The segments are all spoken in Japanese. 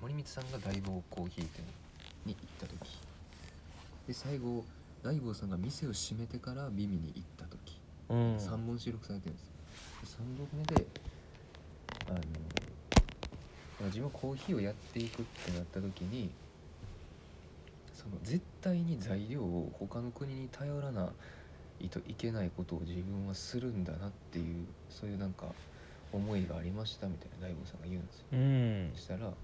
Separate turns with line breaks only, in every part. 森光さんが大坊コーヒー店に行った時で最後大坊さんが店を閉めてからビミに行った時、
うん
三3本収録されてるんですよ3本目であのまあ自分はコーヒーをやっていくってなった時にその絶対に材料を他の国に頼らないといけないことを自分はするんだなっていうそういうなんか思いがありましたみたいな大悟さんが言うんですよ
うん
そしたら、ま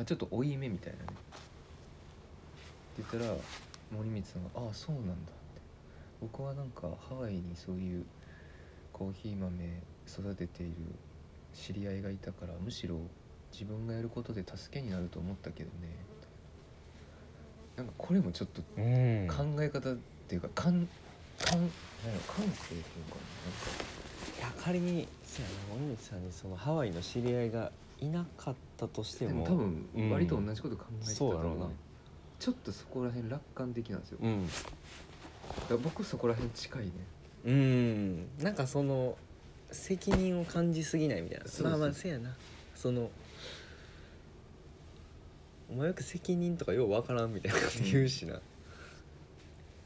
あ、ちょっと負い目みたいなねって言ったら森光さんが「ああそうなんだ」って僕はなんかハワイにそういうコーヒー豆育てている知り合いがいたからむしろ自分がやることで助けになると思ったけどねみたいななんかこれもちょっと
うん
考え方っていうか感感なんやろ感性っていうか
いや仮にそうやな森口さんにそのハワイの知り合いがいなかったとして
なん
も
かでも多分割と同じこと考えてたと思う,、
うんそうだろうな
ちょっとそこら辺楽観的なんですよ
うん、
だから僕そこら辺近いね
うん、なんかその責任を感じすぎないみたいな
そうそう
まあまあせやなそのお前よく責任とかようわからんみたいなこと言うしな、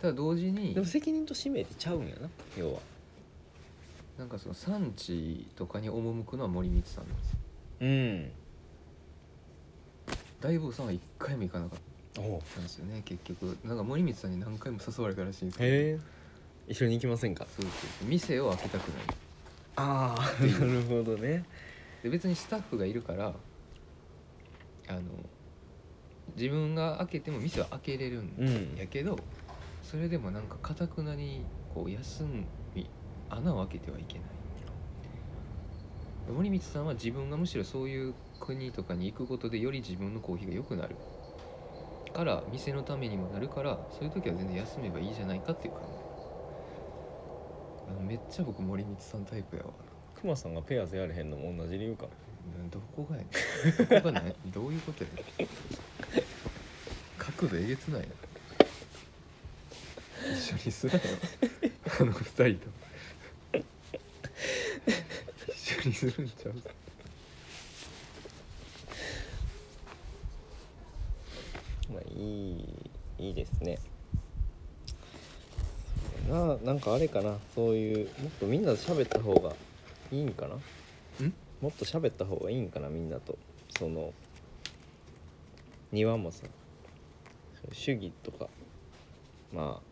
ただ同時に
でも責任と使命ってちゃうんやな要は
なんかその産地とかに赴くのは森光さんなんですよ
うん
大坊さんは一回も行かなかっ
お
たんですよね結局なんか森光さんに何回も誘われたらしいんですけど
へえ一緒に行きませんか
そうそうそう店を開けたくない
ああ なるほどね
で別にスタッフがいるからあの自分が開けても店は開けれる
うんん
やけど、それでもなんかかたくなにこう休み穴を開けてはいけないで森光さんは自分がむしろそういう国とかに行くことでより自分のコーヒーが良くなるから店のためにもなるからそういう時は全然休めばいいじゃないかっていう考えあのめっちゃ僕森光さんタイプやわ
クマさんがペアーズやれへんのも同じ理由か
などこがやねんどこがないどういうことやねん角度えげつないな一緒にすなよあの二人と一緒にするんちゃう
まあいいいいですねななんかあれかなそういうもっとみんなで喋った方がいいんかなんもっと喋った方がいいんかなみんなとその庭もさそう主義とかまあ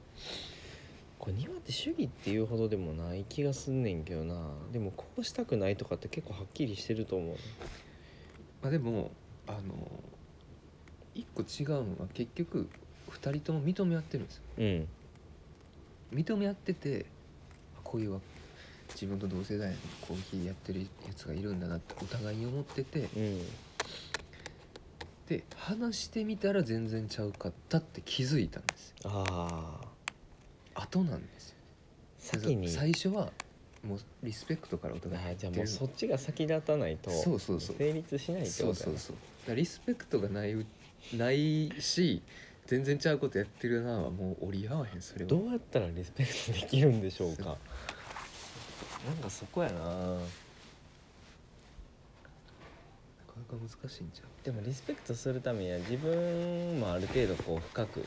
これ庭って主義っていうほどでもない気がすんねんけどなでもこうしたくないとかって結構はっきりしてると思う
まあでもあの一個違うのは結局二人とも認め合ってるんですよ
うん
認め合っててあこういうわ自分と同世代のコーヒーやってるやつがいるんだなってお互いに思ってて
うん
で話してみたら全然ちゃうかったって気づいたんですよ
ああ
後なんですよ
先に
最初はもうリスペクトからお互い
あ
入
ー
って
じゃ
る
あもうそっちが先立たないと
そうそうそう
成立しないって
そ
こ
う
と
そ
や
う
な
そうだからリスペクトがないうないし全然ちゃうことやってるなはもう折り合わへんそれは
どうやったらリスペクトできるんでしょうかなんかそこやな
なかなか難しいんちゃ
でもリスペクトするためには自分もある程度こう深く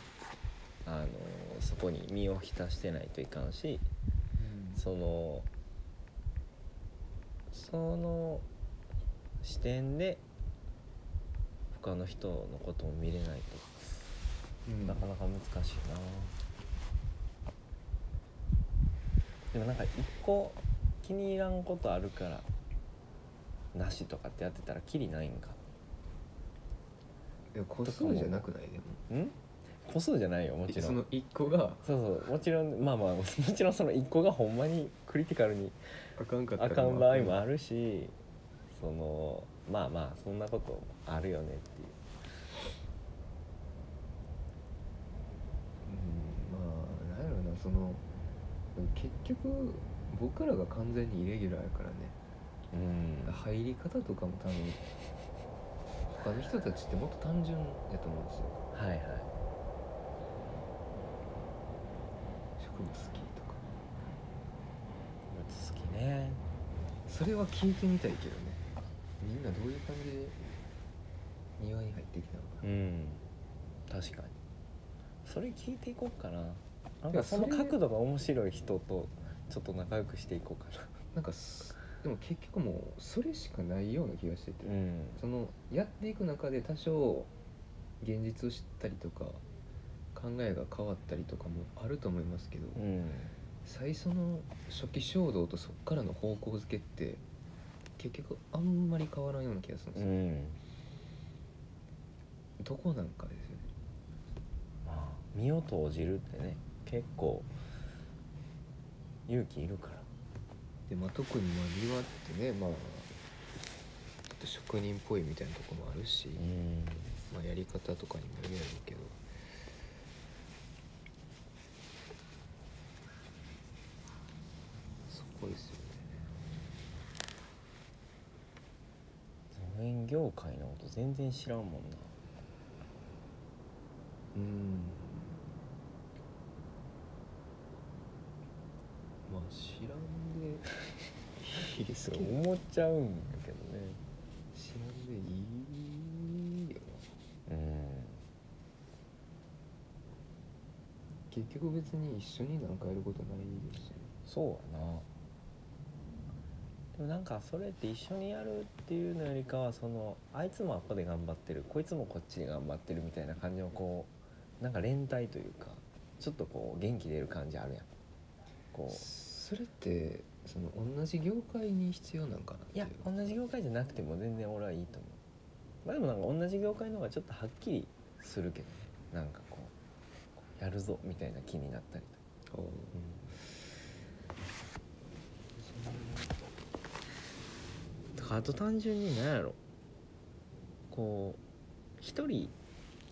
あのそこに身を浸してないといかんし
う、
そのその視点で他の人のことを見れない
うん
となかなか難しいなでもなんか一個気に入らんことあるからなしとかってやってたらきりないんか
いや個数じゃなくないでも
ん個数じゃないよもち
え
ろ
そ
ん
の一個が
そうそうもちろんまあまあ もちろんその1個がほんまにクリティカルに
あかんかった
あ
ら
かん場合もあるしそのまあまあそんなことあるよねっていう
うんまあなんやろなその結局僕らが完全にイレギュラーやからね
うん
入り方とかも多分他の人たちってもっと単純やと思うんですよ
はいはい
植物好きとか
好きね
それは聞いてみたいけどねみんなどういう感じで庭や
確かにそれ聞いていこうかななん
いや
かその
それ
角度が面白い人とちょっと仲良くしていこうかな
なんかすでも結局もうそれしかないような気がしてて、
ん
そのやっていく中で多少現実を知ったりとか考えが変わったりとかもあると思いますけど、
うん
最初の初期衝動とそっからの方向づけって結局あんまり変わらんような気がするんで
う
すよ、
ん
どこなんかですよね
まあ身を投じるってね結構勇気いるから
で、まあ、特にまあ庭ってねまあちょっと職人っぽいみたいなとこもあるし、
ん
まあ、やり方とかにもよるやろうけどそこですよね
造園業界のこと全然知らんもんな
うんまあ知らんでいいです
そう
けど
思っちゃうんだけどね
知らんでいいよな
うん
結局別に一緒になんかやることないですし
そうやなでもなんかそれって一緒にやるっていうのよりかはそのあいつもあっこで頑張ってるこいつもこっちで頑張ってるみたいな感じのこうなんか連帯というかちょっとこう元気出る感じあるやんこう
それってその同じ業界に必要なんかなって
い
い
や
う
同じ業界じゃなくても全然俺はいいと思うまあでもなんか同じ業界の方がちょっとはっきりするけどねなんかこうやるぞみたいな気になったりとか
あー
だからあと単純に何やろこう一人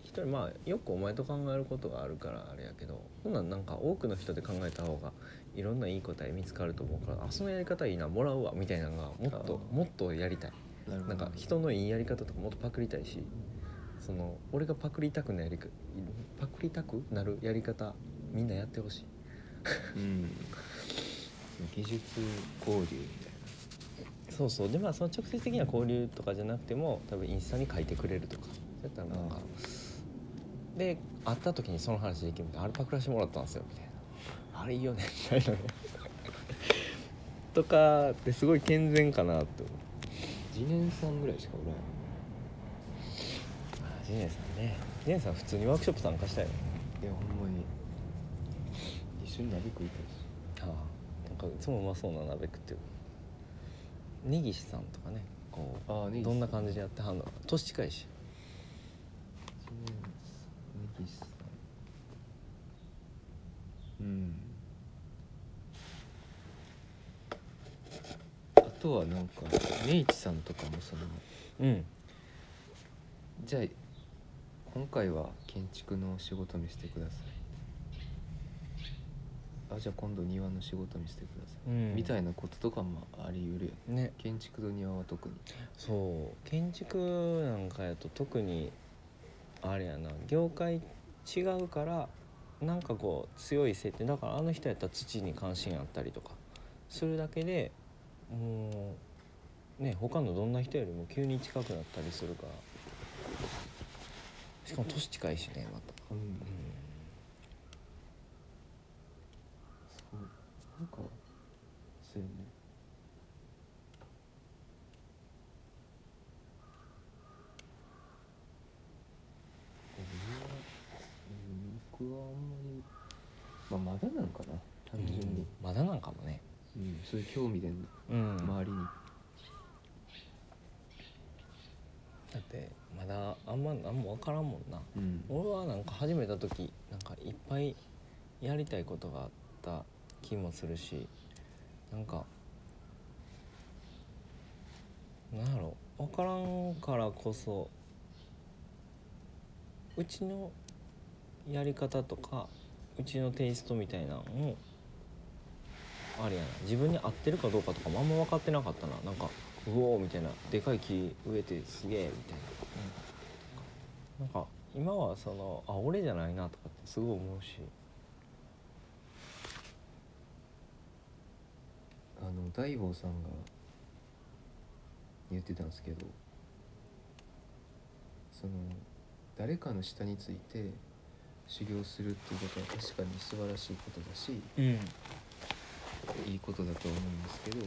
一人まあよくお前と考えることがあるからあれやけどそんなんなんか多くの人で考えた方がいろんないい答え見つかると思うからあそのやり方いいなもらうわみたいなのがもっと
あー
もっとやりたい
なるほ
な
ど
んか人のいいやり方とかもっとパクりたいしその俺がパクりたくなやりかパクりたくなるやり方みんなやってほしい
うん技術交流みたいな
そうそうでまあその直接的な交流とかじゃなくても多分インスタに書いてくれるとかそうやったらなんか
あ
で会った時にその話できるみたいな「あれパクらしてもらったんですよ」みたいな「あれいいよね」みたいなねとかってすごい健全かなって思う
次年さんぐらいしかおらん
ああジェネさんねジェネさん普通にワークショップ参加したいよ
いやほんまに一緒に鍋食いたいし
ああなんかいつもうまそうな鍋食ってる根岸さんとかねこう
ああ
どんな感じでやってはんの年近いし
ネギさんうんあとはなんか明一さんとかもその
うん
じゃあ今回は建築の仕事見せてくださいあじゃあ今度庭の仕事見せてください、
うん
みたいなこととかもあり得るよね
ね
建築と庭は特に
そう建築なんかやと特にあれやな業界違うからなんかこう強い設定だからあの人やったら土に関心あったりとかするだけでもうね他のどんな人よりも急に近くなったりするからしかも年近いしねまた。
うん
う
そうなんかそうよね僕はうん僕はあんまり、まあ、まだなんかな単純に、
まだなんかもね。
うんそういう興味で
うん
周りに、
だってまだあんま何も分からんもんな。
うん
俺はなんか始めた時なんかいっぱいやりたいことがあった気もするしなんかなんやろ分からんからこそうちのやり方とかうちのテイストみたいなのもあれやな自分に合ってるかどうかとかもあんま分かってなかったななんかうおーみたいなでかい木植えてすげえみたいな。なんか今はそのあ俺じゃないなとかってすごい思うし
あの大坊さんが言ってたんですけどその誰かの下について修行するっていうことは確かに素晴らしいことだし
うん
いいことだと思うんですけど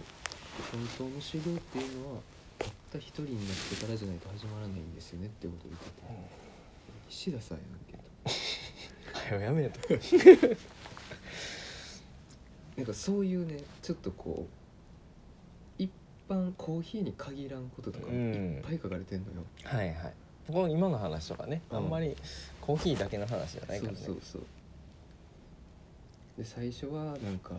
本当の修行っていうのはたった一人になってからじゃないと始まらないんですよねってことを言ってて石田さんやんけど
早やめと
なんかそういうねちょっとこう一般コーヒーに限らんこととかも
うん
いっぱい書かれてんのよ、
はいはいこの今の話とかね、
うん
あんまりコーヒーだけの話じゃないからね
そうそうそうで最初はなんか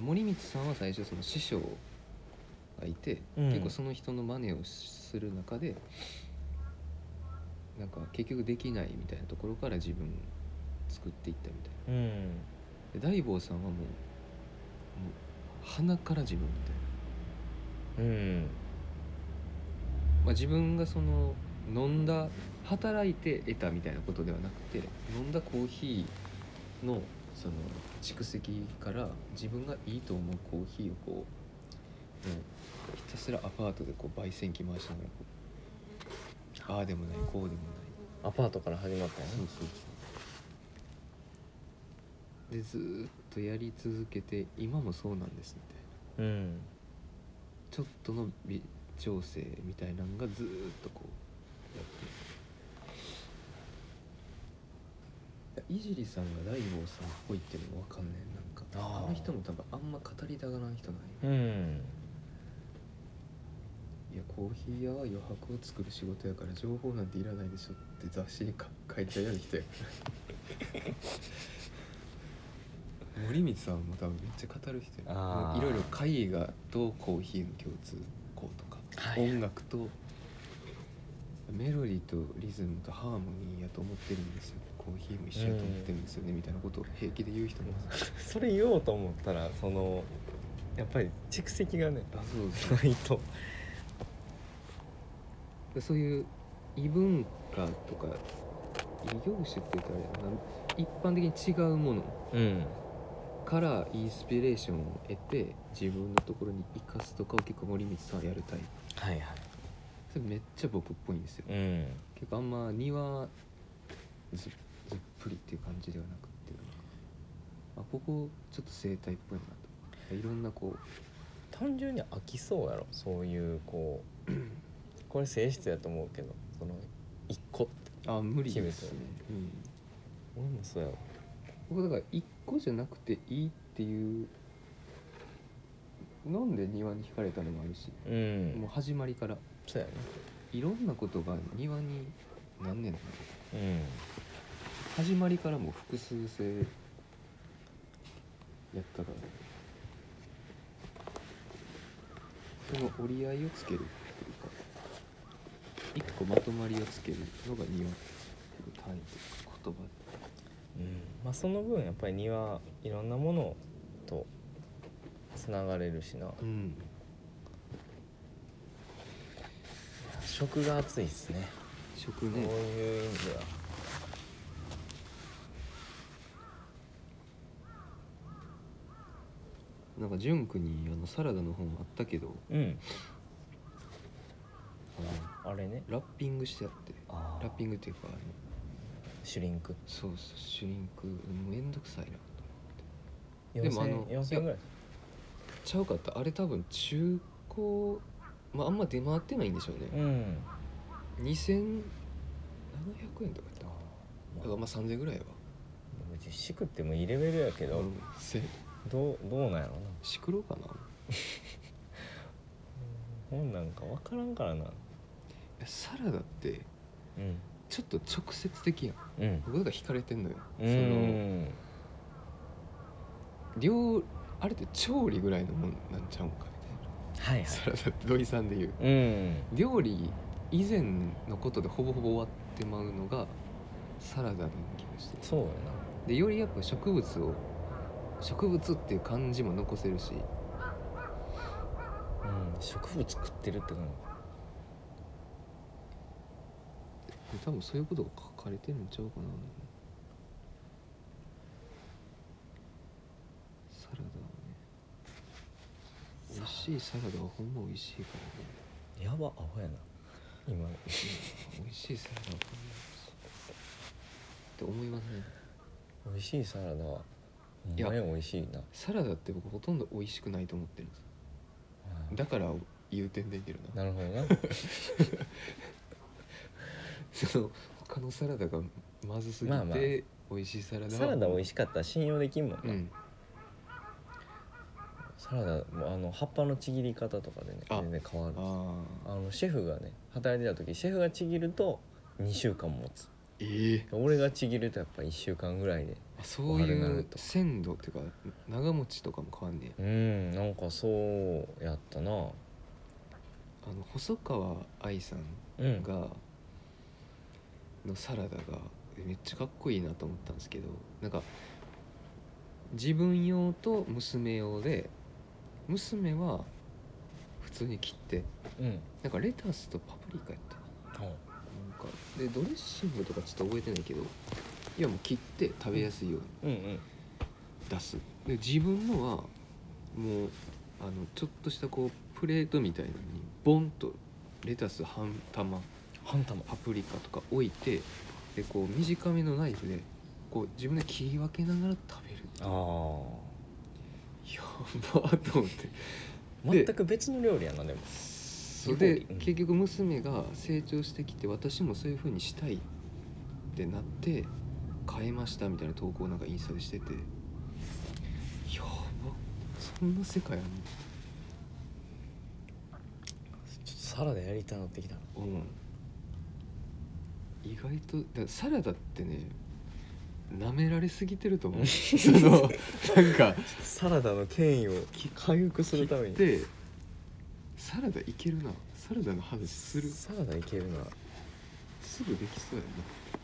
森光さんは最初その師匠がいて、
うん
結構その人の真似をする中でなんか結局できないみたいなところから自分作っていったみたい
う
なで
ん
大坊さんはもうもう鼻から自分みたいな
うん
まあ、自分がその飲んだ働いて得たみたいなことではなくて飲んだコーヒーのその蓄積から自分がいいと思うコーヒーをこうもうひたすらアパートでこう焙煎機回しながらこうああでもないこうでもない
アパートから始まったよね
そうそうそうでずーっとやり続けて今もそうなんですみたいな。
うん
ちょっとの微調整みたいなのがずーっとこうやっていじりさんが大悟さんっぽいっていうのも分かんねえなんか
あ
あ
ー
の人も多分あんま語りたがらん人なんよ
うん
いやコーヒー屋は余白を作る仕事やから情報なんていらないでしょって雑誌にか書いてある人や森光さんも多分めっちゃ語る人や
あー
もういろいろ絵画とコーヒーの共通項とか、
はい
音楽とメロディーとリズムとハーモニーやと思ってるんですよコーヒーも一緒やと思ってるんですよね、みたいなことを平気で言う人もいます
それ言おうと思ったらそのやっぱり蓄積がね
あそうです
ないと
でそういう異文化とか異業種って言ったらあれやな一般的に違うもの
うん
からインスピレーションを得て自分のところに生かすとかを結構森光さんはやるタイプ
はいはい
それめっちゃ僕っぽいんですよ
うん
結構あんま庭ずずっぷりっていう感じではなくってなんかあここちょっと生態っぽいなといろんなこう
単純に飽きそうやろそういうこ うこれ性質やと思うけどその一個って
あ無理ですね、うん、
俺もそうやわ
僕だから一個じゃなくていいっていうなんで庭に惹かれたのもあるし、
うん
もう始まりから
そうやね
いろんなことが庭に何年かな
うん
始まりからもう複数性やったからその折り合いをつけるっていうか一個まとまりをつけるのが庭っていう単位というか
うんまあその分やっぱり庭いろんなものとつながれるしな
言葉うん
食が熱いっすね
食
そう
ね
いう意味では
なんか純君にあのサラダの本あったけど
うん
あの
あれね
ラッピングしてあって
あ
ラッピングっていうかあの
シュリンク
そうそうシュリンクもうめんどくさいなとでもあの
4000 4000ぐらい
ちゃうかったあれ多分中古まああんま出回ってないんでしょうね
う
2700
ん
円とかやったかなだから
まあ
まあ3000円ぐらいは
別にしくってもいいレベルやけど、
うんせ
どうどうなんやろな
しくろうかな
本なんか分からんからな
サラダって
うん
ちょっと直接的やん
うん
僕が惹かれてんのよその
ん
料あれって調理ぐらいのもんなんちゃうんかみた
はい
いなサラダって土井さんで言う
うん
料理以前のことでほぼほぼ終わってまうのがサラダの気がして
そうや
でよりやっぱ植物を植物っていう感じも残せるし
な、うん、植物食ってるってなんか
多分そういうことが書かれてるんちゃうかなサラダはね美味しいサラダはほんま美味しいからね
やばアホやな今
美味しいサラダを考えますって思いません
美味しいサラダは
や
お前美味しいな
サラダって僕ほとんど美味しくないと思ってるんですだから言うてんねんけどな
なるほ どな
その他のサラダがまずすぎて、
まあまあ
美味しいサラダは
サラダ美
美
味しかったら信用できんもん
う
な、
ん
サラダもあの葉っぱのちぎり方とかでね
あ
全然変わるんです
ああ
あのシェフがね働いてた時シェフがちぎると2週間持つ
ええ
俺がちぎるとやっぱ1週間ぐらいで
あそう
お花に
い
なる
う
と
鮮度っていうか長持ちとかも変わんねや
うんなんかそうやったな
あの細川愛さん
うん
が、のサラダがえめっちゃかっこいいなと思ったんですけどなんか自分用と娘用で娘は普通に切って
うん
なんかレタスとパプリカやったかななんかでドレッシングとかちょっと覚えてないけどいやもう切って食べやすいように
うんうん
出すで自分のはもうあのちょっとしたこうプレートみたいなのにボンとレタス半玉
半玉
パプリカとか置いてでこう短めのナイフでこう自分で切り分けながら食べる
ああ
やばーと思ってで
全く別の料理やなでも
それで
料理うん
結局娘が成長してきて私もそういう風にしたいってなって変えましたみたいな投稿をなんかインスタでしててやばそんな世界あんの
ちょっとサラダやりたなってきたな
うん意外とだからサラダってね舐められすぎてると 思うそのなんか
サラダの権威を回復するために
でサラダいけるなサラダの話する
サラダいけるな
すぐできそうや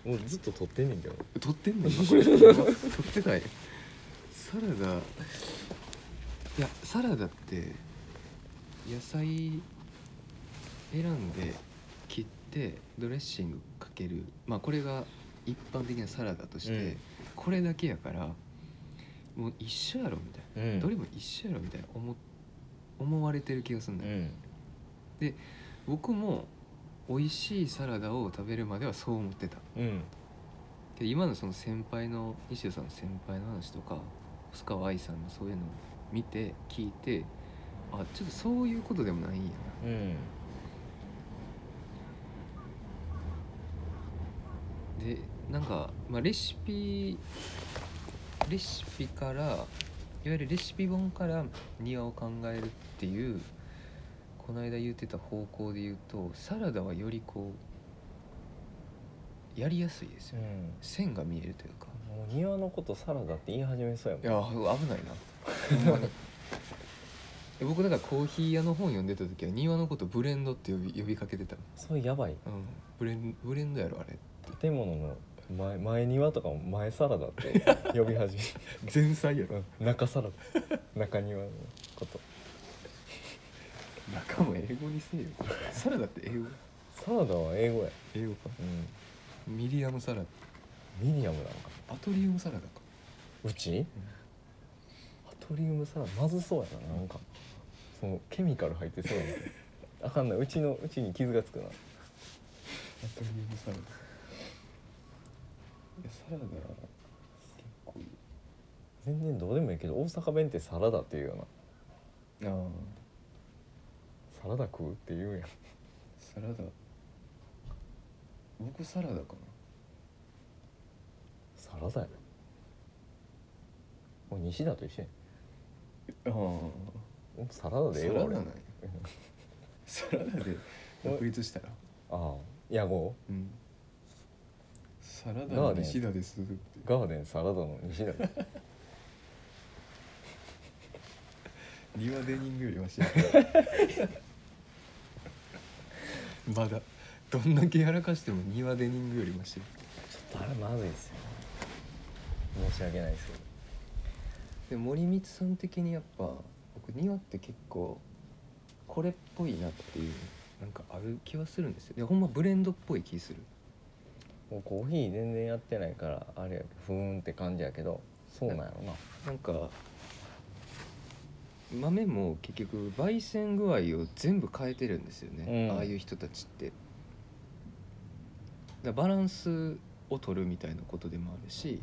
な
もうずっと取ってんねんけど
撮って んの今これ撮ってないサラダいやサラダって野菜選んで切ってドレッシングかけるまあこれが一般的なサラダとして、
うん
これだけやからもう一緒やろみたいな、
うん
どれも一緒やろみたいな思思われてる気がするんだ
う
よ、
ん
僕も美味しいサラダを食べるまではそう思ってた
うん
で今のその先輩の西田さんの先輩の話とか細川愛さんのそういうのを見て聞いてあちょっとそういうことでもないんやな
うん
でなんか、まあ、レシピレシピからいわゆるレシピ本から庭を考えるっていうこの間言ってた方向で言うとサラダはよりこうやりやすいですよね線が見えるというか
もう庭のことサラダって言い始めそうやもん
いや危ないなほんまにえ 僕だからコーヒー屋の本読んでた時は庭のことブレンドって呼び呼びかけてた、
それやばい
うん、ブレンブレンドやろあれ
建物の前前庭とかも前サラダって呼び始
前菜や
め うん中サラ ダ中庭のこと
中も英語にせえよサラダって英語
サラダは英語や、
英語か
う
ミディアムサラダ
ん、ミディアムなのか
アトリウムサラダか
うち、アトリウムサラダまずそうやななんかそのケミカル入って そうやなあかんないうちのうちに傷がつくな
アトリウムサラダいやサラダ結構いい
全然どうでもいいけど大阪弁ってサラダっていうよな
ああ
サラダ食うって言うやん
サラダ僕サラダか
サラダやもう西田と一緒や
なああ
んもうサラダでええ
サラ
わ
ダ
俺
な
あ
いサラダで独立したら
あ野号
うんサラダ
な
の
あね
西田ですって
ガーデンサラダの西田
庭デニングよりマシや まだどんだけやらかしても庭デニングよりマシ
あれまずいですよ申し訳ないですけど
で森光さん的にやっぱ僕庭って結構これっぽいなっていうなんかある気はするんですよでほんまブレンドっぽい気する
もうコーヒー全然やってないからあれやふーんって感じやけどそうなんやろな
なんか豆も結局焙煎具合を全部変えてるんですよね、
うん
ああいう人たちってだからバランスを取るみたいなことでもあるし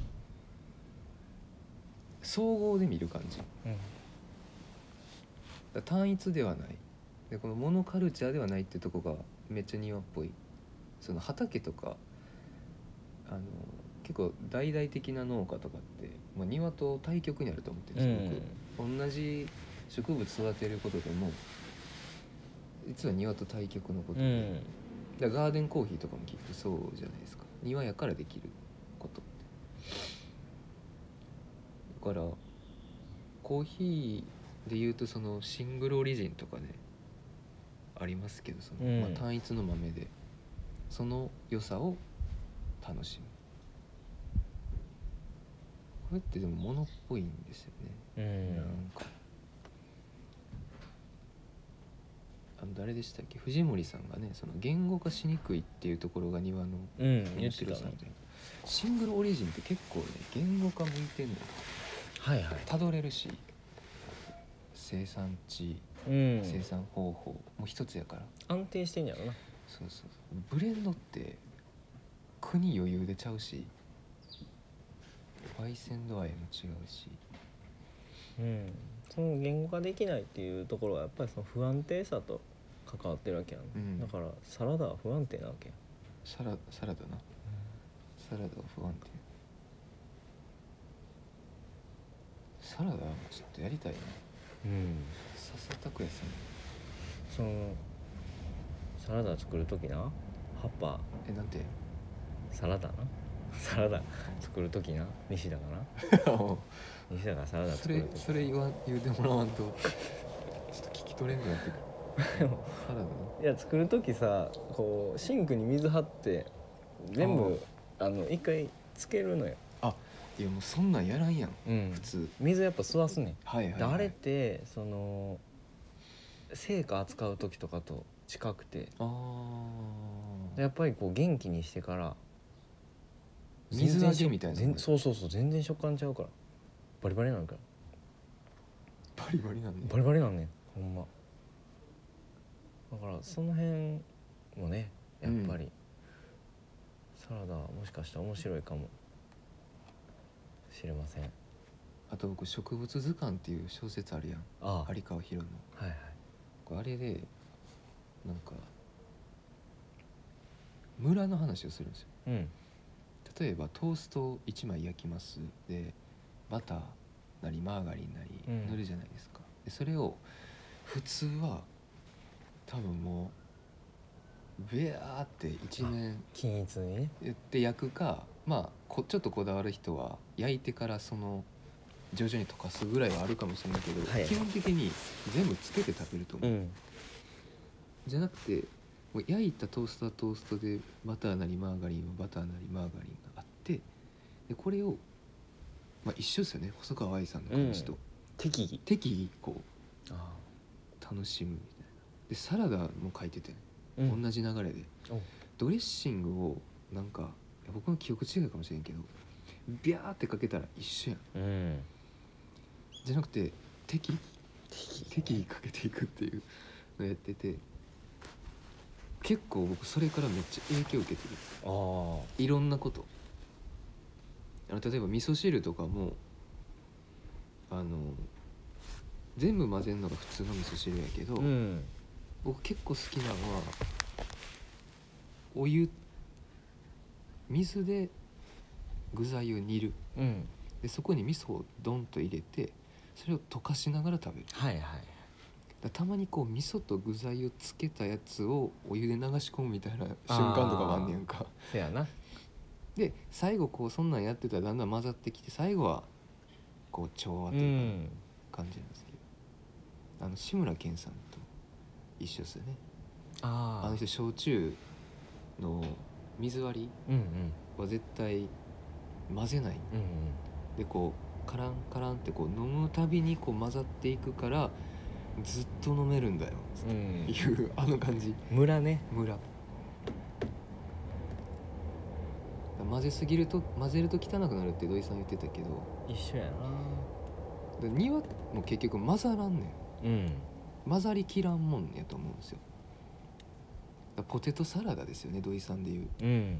総合で見る感じだか
う
ら
ん
単一ではないでこのモノカルチャーではないってとこがめっちゃ庭っぽいその畑とかあの結構大々的な農家とかって、まあ、庭と対極にあると思ってるんです僕、同じ植物育てることでも実は庭と対極のこと
う
で、
ん
だからガーデンコーヒーとかも結局そうじゃないですか庭やからできることだからコーヒーでいうとそのシングルオリジンとかねありますけどその、
うん
まあ、単一の豆でその良さを楽しむこれってでも物っぽいんですよね
う
なん
ん
かあの誰でしたっけ藤森さんがねその言語化しにくいっていうところが庭の
うん言
面
って
白
た
さ
な
みたいなシングルオリジンって結構ね言語化向いてんの
はいはい
たどれるし生産地
うん
生産方法、もう一つやから
安定してんやろな
そうそうそうブレンドって国余裕でちゃうし焙煎度合いも違うし
うんその言語化できないっていうところはやっぱりその不安定さと関わってるわけやん、
うん
だからサラダは不安定なわけやん
サラサラダなサラダは不安定サラダはちょっとやりたいな
うん
笹拓也さん
そのサラダ作る時な葉っぱ
えなん て
サラダなサラダ作る時な西田かな西田がサラダ
そ
作
れ
る時
それ言わん言うてもらわんとちょっと聞き取れんくな ってくるサラダない
や作る時さこうシンクに水張って全部あの一回つけるのよ、
いやもうそんなんやらんやん
うん
普通
水やっぱ吸わすねん
はいはい、
で
はい、
あれってその成果扱う時とかと近くて
あ
でやっぱりこう元気にしてから
水揚げみたいな
全然そうそうそう全然食感ちゃうからバリバリなんから
あバリバリなんね
バリバリなんねんほんまだからその辺もねやっぱり、サラダはもしかしたら面白いかもしれませんあ
あと僕「植物図鑑」っていう小説あるやん
あはい
有川博の
はい
これあれでなんか村の話をするんですよ
うん
例えばトーストを1枚焼きますでバターなりマーガリンなり
うん
塗るじゃないですか、でそれを普通は多分もうベアーって一面
均一にね
言って焼くかまあこちょっとこだわる人は焼いてからその徐々に溶かすぐらいはあるかもしれないけど、
はい
基本的に全部つけて食べると思う、
ん
じゃなくてもう焼いたトーストはトーストでバターなりマーガリンはバターなりマーガリンがあってでこれを、まあ、一緒ですよね細川愛さんの感じと、
うん適宜
適宜こう
あ
楽しむみたいなでサラダも書いてて、
あ、うん、
同じ流れで
お
ドレッシングをなんかいや僕の記憶違いかもしれんけどビャーってかけたら一緒やん
うん
じゃなくて適宜適宜かけていくっていうのやってて結構僕それからめっちゃ影響受けてる
ああ
いろんなことあの例えば味噌汁とかもあの全部混ぜるのが普通の味噌汁やけど、
うん
僕結構好きなのはお湯水で具材を煮る
うん
でそこに味噌をドンと入れてそれを溶かしながら食べる
はいはい
だたまにこう味噌と具材をつけたやつをお湯で流し込むみたいな瞬間とかもあんねやんか
せやな
で最後こうそんなんやってたらだんだん混ざってきて最後はこう調和というか感じなんですけど、あの志村けんさんと一緒ですよね
あ
あの人焼酎の水割り
うんうん
は絶対混ぜない
うんうん
でこうカランカランってこう飲むたびにこう混ざっていくからずっと飲めるんだよ
う
って
ん
いうあの感じ
村ね
村混ぜすぎると混ぜると汚くなるって土井さん言ってたけど
一緒やな
で庭も結局混ざらんね
うん
ん混ざりきらんもんやと思うんですよだからポテトサラダですよね土井さんでいう
うん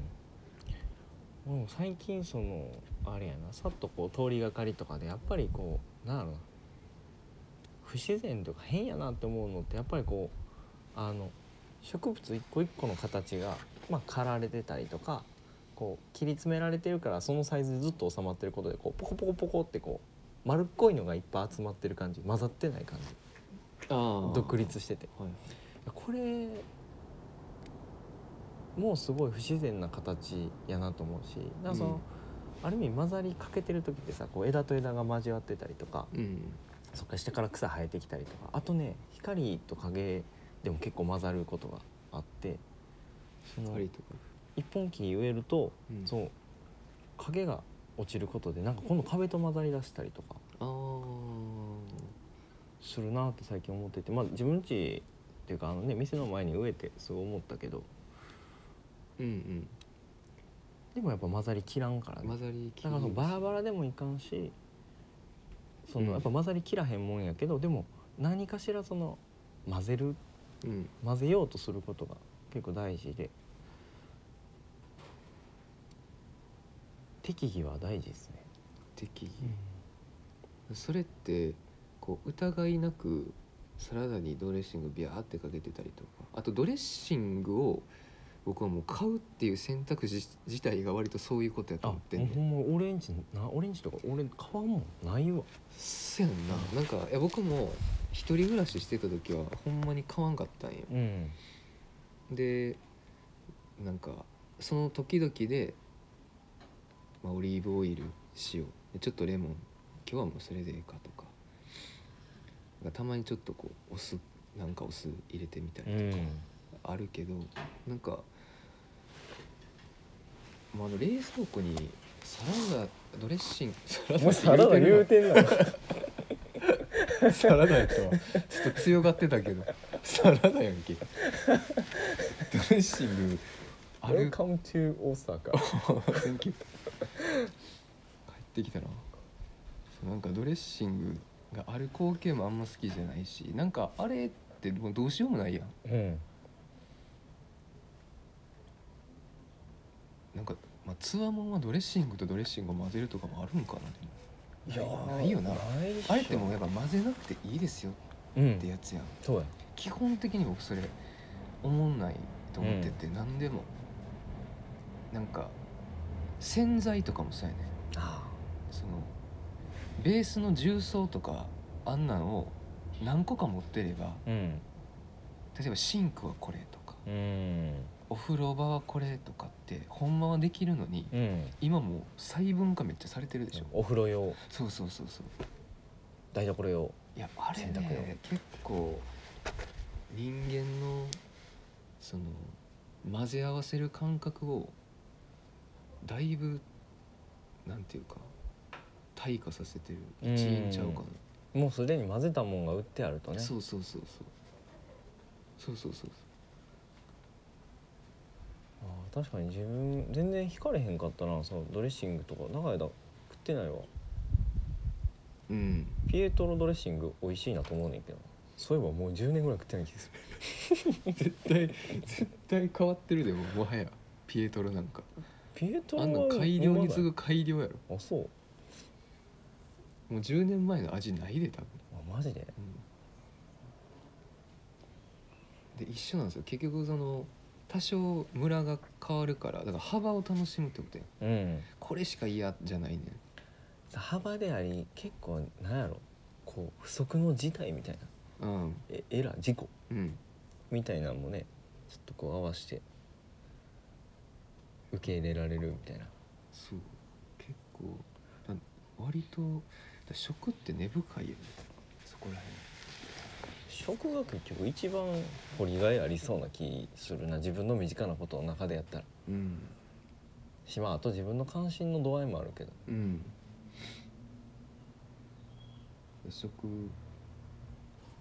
俺も最近そのあれやなさっとこう通りがかりとかでやっぱりこうなんやろな不自然とか変やなって思うのってやっぱりこうあの植物一個一個の形が、まあ、刈られてたりとかこう切り詰められてるからそのサイズでずっと収まってることでこうポコポコポコってこう丸っこいのがいっぱい集まってる感じ混ざってない感じ
あ
独立してて
はい
これもうすごい不自然な形やなと思うしなんかその、ある意味混ざりかけてる時ってさこう枝と枝が交わってたりとか
うん
そっか下から草生えてきたりとかあとね光と影でも結構混ざることがあってその
針とか、
一本木植えると、
うん
そう影が落ちることでなんか今度壁と混ざりだしたりとか
あ
するなって最近思っててまあ自分家っていうかあのね店の前に植えてそう思ったけど
ーうん
でもやっぱ混ざりきらんから
うん
ね
混ざりき
だからそのバラバラでもいかんしそ
うん
のやっぱ混ざりきらへんもんやけど、でも何かしらその混ぜる
うん
混ぜようとすることが結構大事で適宜は大事ですね、
適宜、それってこう疑いなくサラダにドレッシングビャーってかけてたりとかあとドレッシングを僕はもう買うっていう選択肢自体が割とそういうことやと
あ
思ってんね
ほんまオレンジなオレンジとか俺買わんもんないわ
そうやんななんかいや僕も一人暮らししてた時はほんまに買わんかったんよ
うん
でなんかその時々で、まあ、オリーブオイル塩でちょっとレモン今日はもうそれでいいかとかなんかたまにちょっとこうお酢なんかお酢入れてみたりとかあるけど、なんか、まあ、あの冷蔵庫にサラダドレッシングサラダって言うてるな
てん の
サラダやったわちょっと強がってたけどサラダやんけドレッシングある
ムチューオーサーか
Thank you 帰ってきたなそうなんかドレッシングがある光景もあんま好きじゃないしなんかあれってもうどうしようもないやん
うん
なんか、まあ、つわもんはドレッシングとドレッシングを混ぜるとかもあるんかなでも
いやー
ないよない
っしょ
あれってもうやっぱ混ぜなくていいですよ
う
って
ん
やつやん
そうや
基本的に僕それ思んないと思ってて、何でもなんか洗剤とかもそうやね
あ
そのベースの重曹とかあんなんを何個か持ってれば
うん
例えばシンクはこれとか
うん
お風呂場はこれとかってほんまはできるのに
うん
今もう細分化めっちゃされてるでしょ、
お風呂用
そうそうそうそう
台所用
いやあれ
洗濯
ね結構人間のその混ぜ合わせる感覚をだいぶなんていうか退化させてる一員ちゃうかな、
もうすでに混ぜたもんが売ってあるとね
そうそうそうそうそうそうそう
あー確かに自分全然引かれへんかったなそのドレッシングとか長い間食ってないわ
そううん
ピエトロドレッシング美味しいなと思うねんけどそういえばもう10年ぐらい食ってない気がす る
絶対絶対変わってるでももはやピエトロなんか
ピエトロ
あ
は
んなん改良に次
う
ぐ改良やろ
まないあそう
もう10年前の味ないで多分
あマジで
で一緒なんですよ結局その多少ムラが変わるからだから幅を楽しむってことやん
うん
これしか嫌じゃないねん
幅であり結構なんやろこう不測の事態みたいな
うん
えエラー事故
うん
みたいなんもねちょっとこう合わせて受け入れられるみたいな
そう結構だ割とだ食って根深いよねそこら
食が結局一番掘りがいありそうな気するな自分の身近なことの中でやったら
辺うん
しまああと自分の関心の度合いもあるけど
うん食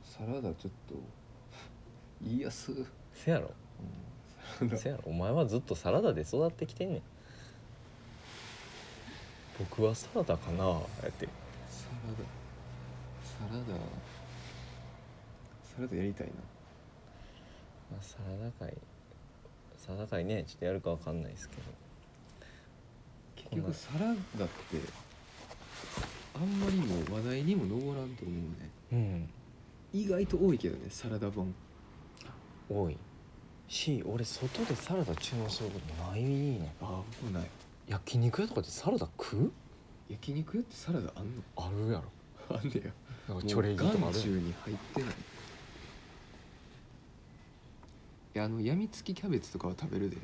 サラダちょっと言いやす、うん、
せやろ
サラダ
せやろお前はずっとサラダで育ってきてんねん僕はサラダかなやって
サラダサラダサラダやりたいな
まあ、サラダ会サラダ会ねちょっとやるかわかんないですけど
結局サラダってあんまりもう話題にも上らんと思うね
うん
意外と多いけどねサラダ本
多いし俺外でサラダ注文することないね
ああ僕ない
焼肉屋とかでサラダ食う
焼肉屋ってサラダあんの
あるやろ
あんねや
なんかチョレギとか
眼
ある
中に入ってないいやあのやみつきキャベツとかは食べるで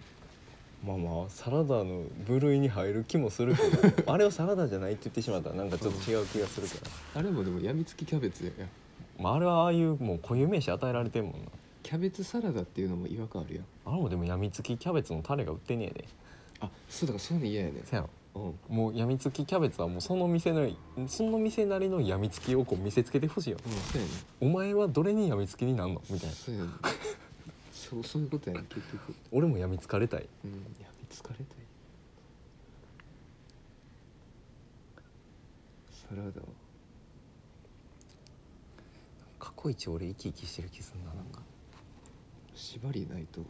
まあまあサラダの部類に入る気もするけ どあれをサラダじゃないって言ってしまったらなんかちょっと違う気がするから、
あれもでもやみつきキャベツや
まあ、あれはああいうもう固有名詞与えられてんもんな
キャベツサラダっていうのも違和感あるやん
あれもでもやみつきキャベツのタレが売ってんねやで
あそうだからそういうの嫌やね
せやろ
うん
もうやみつきキャベツはもうその店のその店なりのやみつきをこう見せつけてほしいよ
うんそうやね
お前はどれにやみつきになんのみたいな
そうやねそうそういうことやね結局
俺もやみつかれたい
うんやみつかれたいサラダは
過去一俺生き生きしてる気すんななんか
縛りないと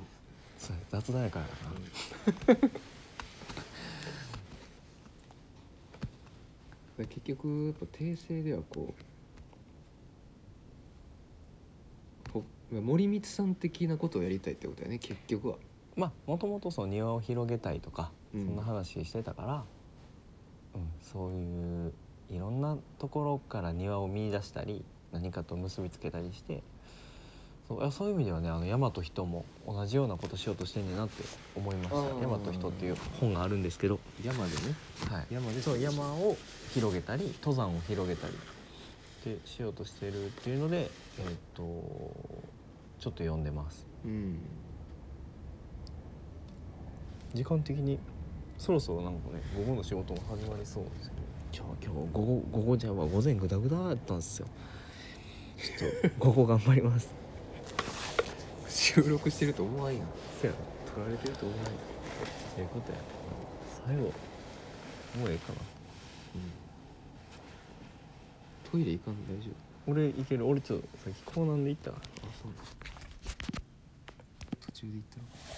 そうや雑談やからやな
で結局やっぱ訂正ではこうほ森光さん的なことをやりたいってことやね結局は
まあもともとそう庭を広げたいとか、
うん
そんな話してたから、うん、そういういろんなところから庭を見出したり何かと結びつけたりしてそういやそういう意味ではねあの大和人も同じようなことしようとしてんねんなって思いました
あ
「
ー
大和人」っていう本があるんですけど、
山でね
はい、
山で
そう山を広げたり登山を広げたりってしようとしてるっていうので、えーっとちょっと読んでます。
うん
時間的にそろそろなんかね午後の仕事も始まりそうですけど今日今日午後午後じゃは午前グダグダやったんです よちょっと午後頑張ります
収録してると思わんやん
せや
撮られてると思わんやん、
ええことや最後もうええかな
うんトイレ行かん大丈夫
俺行ける俺ちょっとさっき港南で行ったわ
あそうなん途中で行ったら